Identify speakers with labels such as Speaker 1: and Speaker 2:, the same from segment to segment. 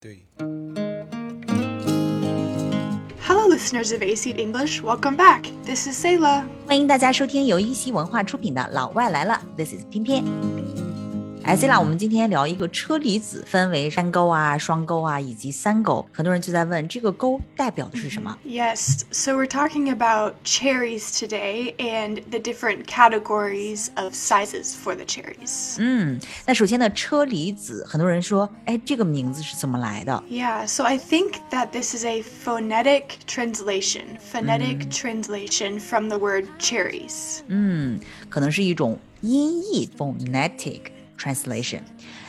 Speaker 1: 对，
Speaker 2: Hello, listeners of AC English. Welcome back. This is Sayla.
Speaker 3: 欢迎大家收听由一席文化出品的《老外来了》，This is 偏偏。哎，C 啦，我们今天聊一个车厘子，分为单钩啊、双钩啊以及三钩。很多人就在问这个钩代表的是什
Speaker 2: 嗯
Speaker 3: 么？
Speaker 2: Yes, so we're talking about cherries today and the different categories of sizes for the cherries.
Speaker 3: 嗯，那首先呢，车厘子，很多人说，哎，这个名字是怎么来的？
Speaker 2: Yeah, so I think that this is a phonetic translation, phonetic translation from the word cherries.
Speaker 3: 嗯，可能是一种音译 （phonetic translation）。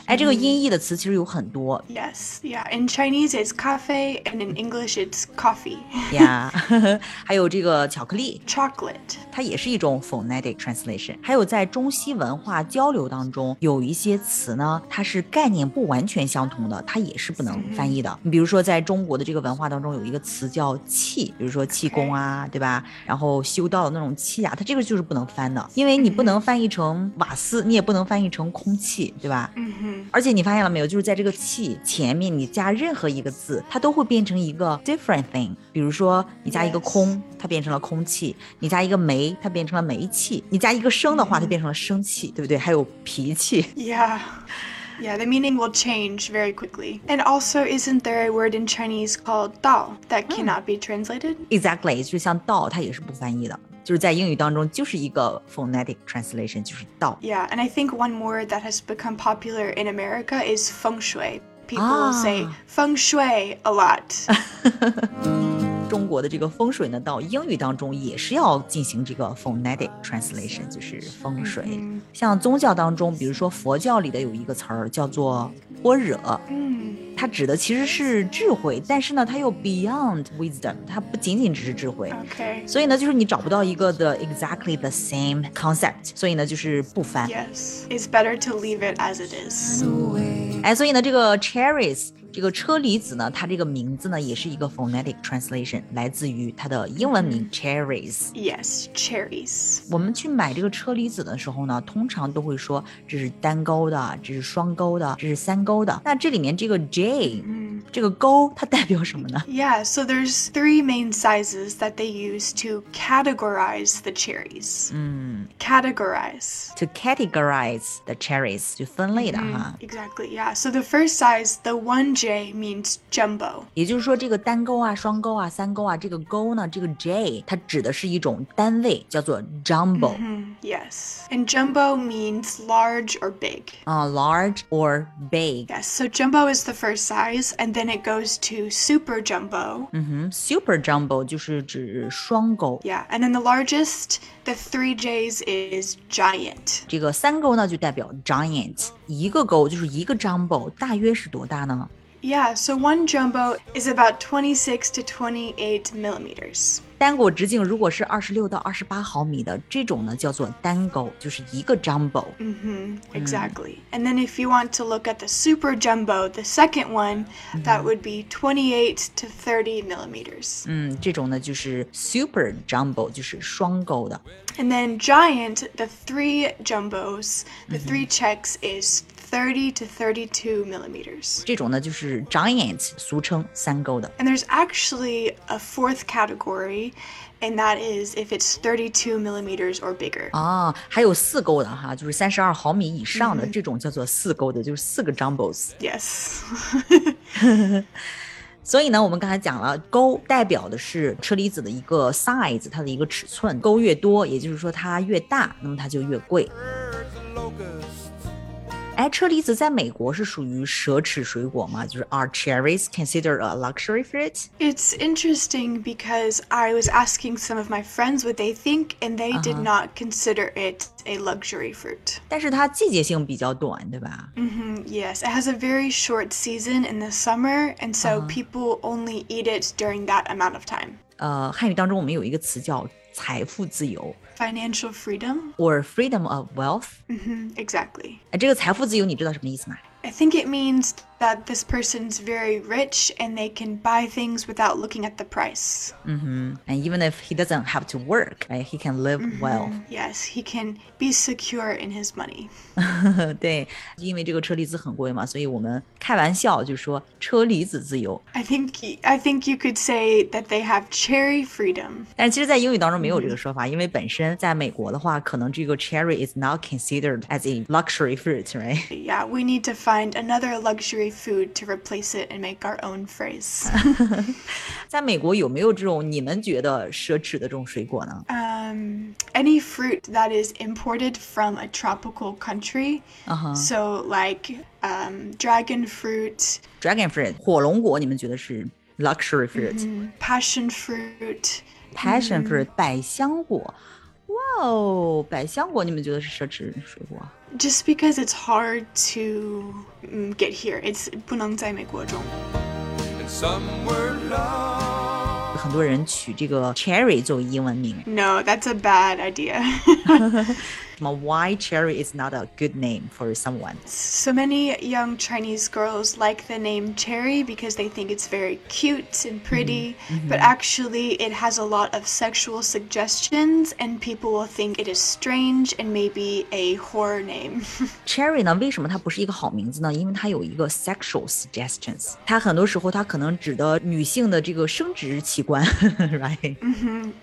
Speaker 3: 哎，这个音译的词其实有很多
Speaker 2: Yes, yeah. In Chinese, it's cafe, and in English, it's coffee.
Speaker 3: 呀， 还有这个巧克力，
Speaker 2: Chocolate.
Speaker 3: 它也是一种 phonetic translation。还有在中西文化交流当中，有一些词呢，它是概念不完全相同的，它也是不能翻译的。你比如说，在中国的这个文化当中，有一个词叫气，比如说气功啊，对吧？然后修道的那种气啊，它这个就是不能翻的，因为你不能翻译成瓦斯，你也不能翻译成空气，对吧？
Speaker 2: hmm
Speaker 3: 而且你发现了没有，就是在这个气前面你加任何一个字，它都会变成一个 different thing。比如说你加一个
Speaker 2: Yes.
Speaker 3: 空，它变成了空气；你加一个煤，它变成了煤气；你加一个生的话，它变成了生气，对不对？还有脾气。
Speaker 2: Yeah. Yeah, the meaning will change very quickly. And also, isn't there a word in Chinese called dao that cannot be translated?
Speaker 3: Exactly，就像道，它也是不翻译的，就是在英语当中就是一个 phonetic translation，就是道。
Speaker 2: Yeah, and I think one word that has become popular in America is feng shui. People will say
Speaker 3: Ah.
Speaker 2: feng shui a lot.
Speaker 3: 中国的这个风水呢，到英语当中也是要进行这个 phonetic translation，就是风水。
Speaker 2: 嗯
Speaker 3: 像宗教当中，比如说佛教里的有一个词儿叫做般若，
Speaker 2: Mm,
Speaker 3: 它指的其实是智慧，但是呢，它又 beyond wisdom，它不仅仅只是智慧。
Speaker 2: okay.
Speaker 3: 所以呢，就是你找不到一个 the exactly the same concept，所以呢，就是不翻。
Speaker 2: Yes. It's better to leave it as it is.
Speaker 3: 哎，所以呢，这个 cherries 这个车厘子呢，它这个名字呢，也是一个 phonetic translation，来自于它的英文
Speaker 2: 嗯
Speaker 3: 名 cherries。
Speaker 2: Yes, cherries.
Speaker 3: 我们去买这个车厘子的时候呢，通常都会说这是单钩的，这是双钩的，这是三钩的。那这里面这个 J，这个钩它代表什么呢？
Speaker 2: Yeah, so there's three main sizes that they use to categorize the cherries.
Speaker 3: 嗯
Speaker 2: Categorize.
Speaker 3: ，to categorize the cherries 就分类的哈。
Speaker 2: Exactly, yeah. So the first size, the 1J, means jumbo.
Speaker 3: 也就是说，这个单钩啊、双钩啊、三钩啊，这个钩呢，这个 J 它指的是一种单位，叫做 jumbo 啊、
Speaker 2: Yes. And jumbo means large or big.
Speaker 3: l a r g e or big，
Speaker 2: Yes, so jumbo is the first size, and then it goes to super jumbo.
Speaker 3: 嗯哼，super jumbo 就是指双钩，
Speaker 2: Yeah, and then the largest, the three J's is giant.
Speaker 3: 这个三勾呢就代表 giant，一个勾就是一个 jumbo，大约是多大呢？
Speaker 2: Yeah, so one jumbo is about 26 to 28 millimeters.
Speaker 3: 单果直径如果是二十六到二十八毫米的这种呢，叫做单钩，就是一个 jumbo。
Speaker 2: hmm exactly. And then if you want to look at the super jumbo, the second one, that would be 28 to 30 millimeters.
Speaker 3: 嗯，这种呢就是 super jumbo，就是双钩的。
Speaker 2: And then giant, the three jumbos, the three checks is 30 to 32 millimeters.
Speaker 3: 这种呢就是 giant，俗称三钩的。
Speaker 2: And there's actually a fourth category, and that is if it's 32 millimeters or bigger.
Speaker 3: 啊，还有四钩的哈，就是三十二毫米以上的、这种叫做四钩的，就是四个 jumbos。
Speaker 2: Yes.
Speaker 3: 所以呢，我们刚才讲了，钩代表的是车厘子的一个 size，它的一个尺寸。钩越多，也就是说它越大，那么它就越贵。
Speaker 1: birds and locusts.
Speaker 3: 哎，车厘子在美国是属于奢侈水果吗？就是 are cherries considered a luxury fruit？
Speaker 2: it's interesting because I was asking some of my friends what they think, and they did not consider it a luxury fruit.
Speaker 3: 但是它季节性比较短，对吧？
Speaker 2: hmm Yes, it has a very short season in the summer, and so people only eat it during that amount of time.
Speaker 3: 呃，汉语当中我们有一个词叫财富自由
Speaker 2: Financial freedom?
Speaker 3: or freedom of wealth。
Speaker 2: hmm Exactly.
Speaker 3: 哎，这个财富自由你知道什么意思吗？
Speaker 2: I think it means that this person's very rich and they can buy things without looking at the price.
Speaker 3: Mm-hmm. And even if he doesn't have to work, right, he can live well.
Speaker 2: Yes, he can be secure in his money.
Speaker 3: 对，因为这个车厘子很贵嘛，所以我们开玩笑就说车厘子自由。
Speaker 2: I think y- I think you could say that they have cherry freedom.
Speaker 3: 但其实，在英语当中没有这个说法，因为本身在美国的话，可能这个 cherry is not considered as a luxury fruit，right？
Speaker 2: Yeah, we need to find another luxury food to replace it and make our own phrase.
Speaker 3: 在美国有没有这种你们觉得奢侈的这种水果呢？
Speaker 2: um, any fruit that is imported from a tropical country.
Speaker 3: 啊哈
Speaker 2: So, like um, dragon fruit,
Speaker 3: ，dragon fruit 火龙果，你们觉得是 luxury fruit？passion、
Speaker 2: passion fruit.
Speaker 3: fruit 百香果，哇哦，百香果你们觉得是奢侈水果啊？
Speaker 2: Just because it's hard to mm, get here, it's 不能在美国种。
Speaker 1: and some were lost.
Speaker 3: 很多人取这个 cherry 作为英文名，
Speaker 2: No, that's a bad idea.
Speaker 3: 什么 why cherry is not a good name for someone？
Speaker 2: so many young Chinese girls like the name cherry because they think it's very cute and pretty, but actually it has a lot of sexual suggestions, and people will think it is strange and maybe a horror name.
Speaker 3: Cherry 呢？为什么它不是一个好名字呢？因为它有一个 sexual suggestions，它很多时候它可能指的女性的这个生殖器官 ，right？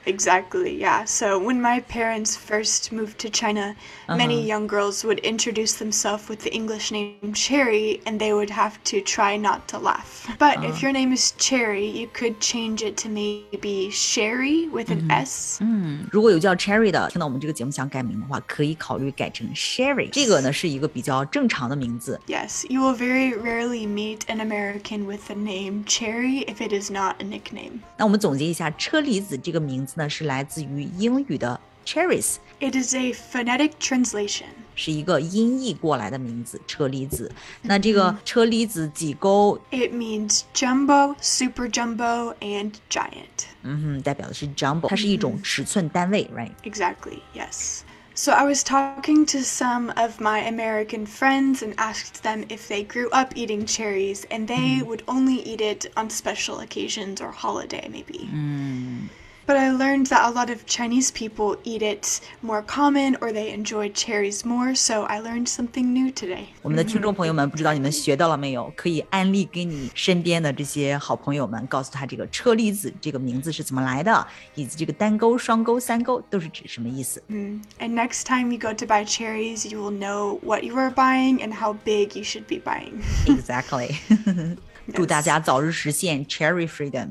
Speaker 2: Exactly, yeah. So when my parents first moved to China, many young girls would introduce themselves with the English name Cherry and they would have to try not to laugh. But if your name is Cherry, you could change it to maybe Sherry with an S.
Speaker 3: 嗯，如果有叫 Cherry 的，听到我们这个节目想改名的话，可以考虑改成 Sherry。这个呢是一个比较正常的名字。
Speaker 2: Yes, you will very rarely meet an American with the name Cherry if it is not a nickname.
Speaker 3: 那我们总结一下，车厘子这个名字呢是来自于英语的 cherries，
Speaker 2: It is a phonetic translation.
Speaker 3: 是一个音译过来的名字，车厘子。那这个车厘子几勾，
Speaker 2: It means jumbo, super jumbo, and giant.
Speaker 3: 嗯哼，代表的是 jumbo，它是一种尺寸单位，right？
Speaker 2: Exactly, yes. So I was talking to some of my American friends and asked them if they grew up eating cherries, and they would only eat it on special occasions or holiday, maybe. But I learned that a lot of Chinese people eat it more common or they enjoy cherries more, so I learned something new today.
Speaker 3: 我们的听众朋友们，不知道你们学到了没有？可以安利给你身边的这些好朋友们，告诉他这个车厘子这个名字是怎么来的，以及这个单钩、双钩、三钩都是指什么意思。
Speaker 2: And next time you go to buy cherries, you will know what you are buying and how big you should be buying.
Speaker 3: Exactly 。 祝大家早日实现 Cherry Freedom。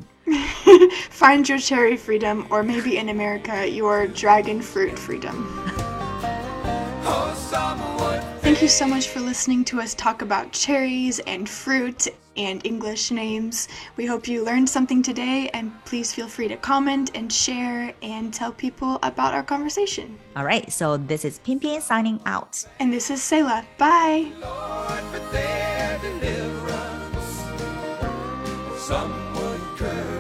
Speaker 2: Find your cherry freedom, or maybe in America, your dragon fruit freedom.
Speaker 1: Oh, someone
Speaker 2: Thank you so much for listening to us talk about cherries and fruit and English names. We hope you learned something today, and please feel free to comment and share and tell people about our conversation.
Speaker 3: All right, so this is Pimpin signing out.
Speaker 2: And this is Selah. Bye!
Speaker 1: Lord for their deliverance. Some would curse.